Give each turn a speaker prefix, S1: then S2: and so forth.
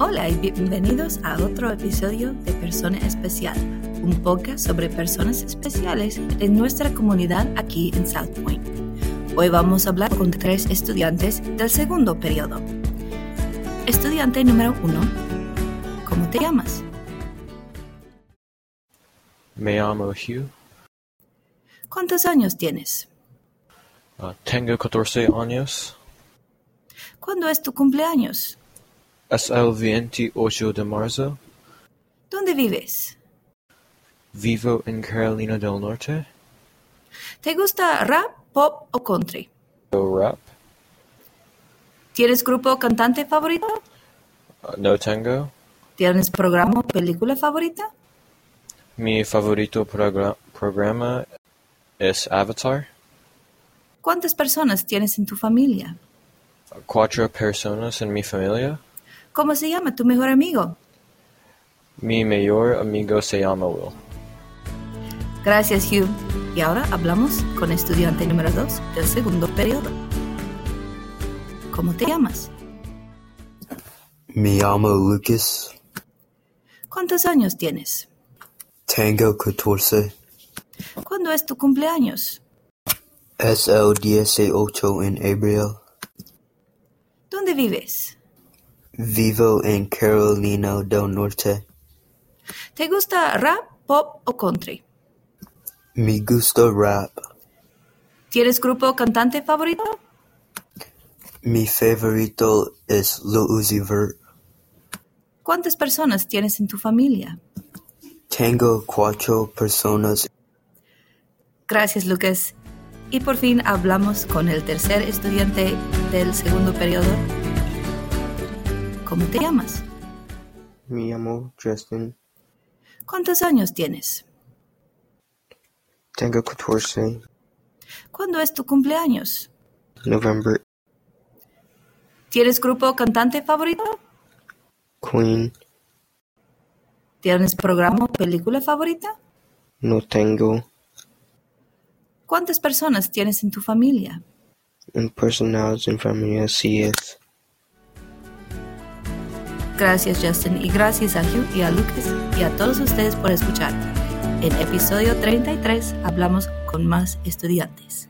S1: Hola y bienvenidos a otro episodio de Persona Especial, un podcast sobre personas especiales en nuestra comunidad aquí en South Point. Hoy vamos a hablar con tres estudiantes del segundo periodo. Estudiante número uno, ¿cómo te llamas?
S2: Me llamo Hugh.
S1: ¿Cuántos años tienes?
S2: Ah, tengo 14 años.
S1: ¿Cuándo es tu cumpleaños?
S2: Es el 28 de marzo.
S1: ¿Dónde vives?
S2: Vivo en Carolina del Norte.
S1: ¿Te gusta rap, pop o country?
S2: Yo rap.
S1: ¿Tienes grupo o cantante favorito?
S2: Ah, no tengo.
S1: ¿Tienes programa o película favorita?
S2: Mi favorito progra- programa es Avatar.
S1: ¿Cuántas personas tienes en tu familia?
S2: Cuatro personas en mi familia.
S1: ¿Cómo se llama tu mejor amigo?
S2: Mi mayor amigo se llama Will.
S1: Gracias, Hugh. Y ahora hablamos con estudiante número 2 del segundo periodo. ¿Cómo te llamas?
S3: Me llamo Lucas.
S1: ¿Cuántos años tienes?
S3: Tengo 14.
S1: ¿Cuándo es tu cumpleaños?
S3: Es el 18 en abril.
S1: ¿Dónde vives?
S3: Vivo en Carolina del Norte.
S1: ¿Te gusta rap, pop o country?
S3: Me gusta rap.
S1: ¿Tienes grupo o cantante favorito?
S3: Mi favorito es Lil Uzi Vert.
S1: ¿Cuántas personas tienes en tu familia?
S3: Tengo cuatro personas.
S1: Gracias, Lucas. Y por fin hablamos con el tercer estudiante del segundo periodo. ¿Cómo te llamas?
S3: Me llamo Justin.
S1: ¿Cuántos años tienes?
S3: Tengo 14.
S1: ¿Cuándo es tu cumpleaños?
S3: November
S1: ¿Tienes grupo o cantante favorito?
S3: Queen.
S1: ¿Tienes programa o película favorita?
S3: No tengo
S1: ¿Cuántas personas tienes en tu familia?
S3: en personas en familia es.
S1: Gracias Justin y gracias a Hugh y a Lucas y a todos ustedes por escuchar. En episodio 33 hablamos con más estudiantes.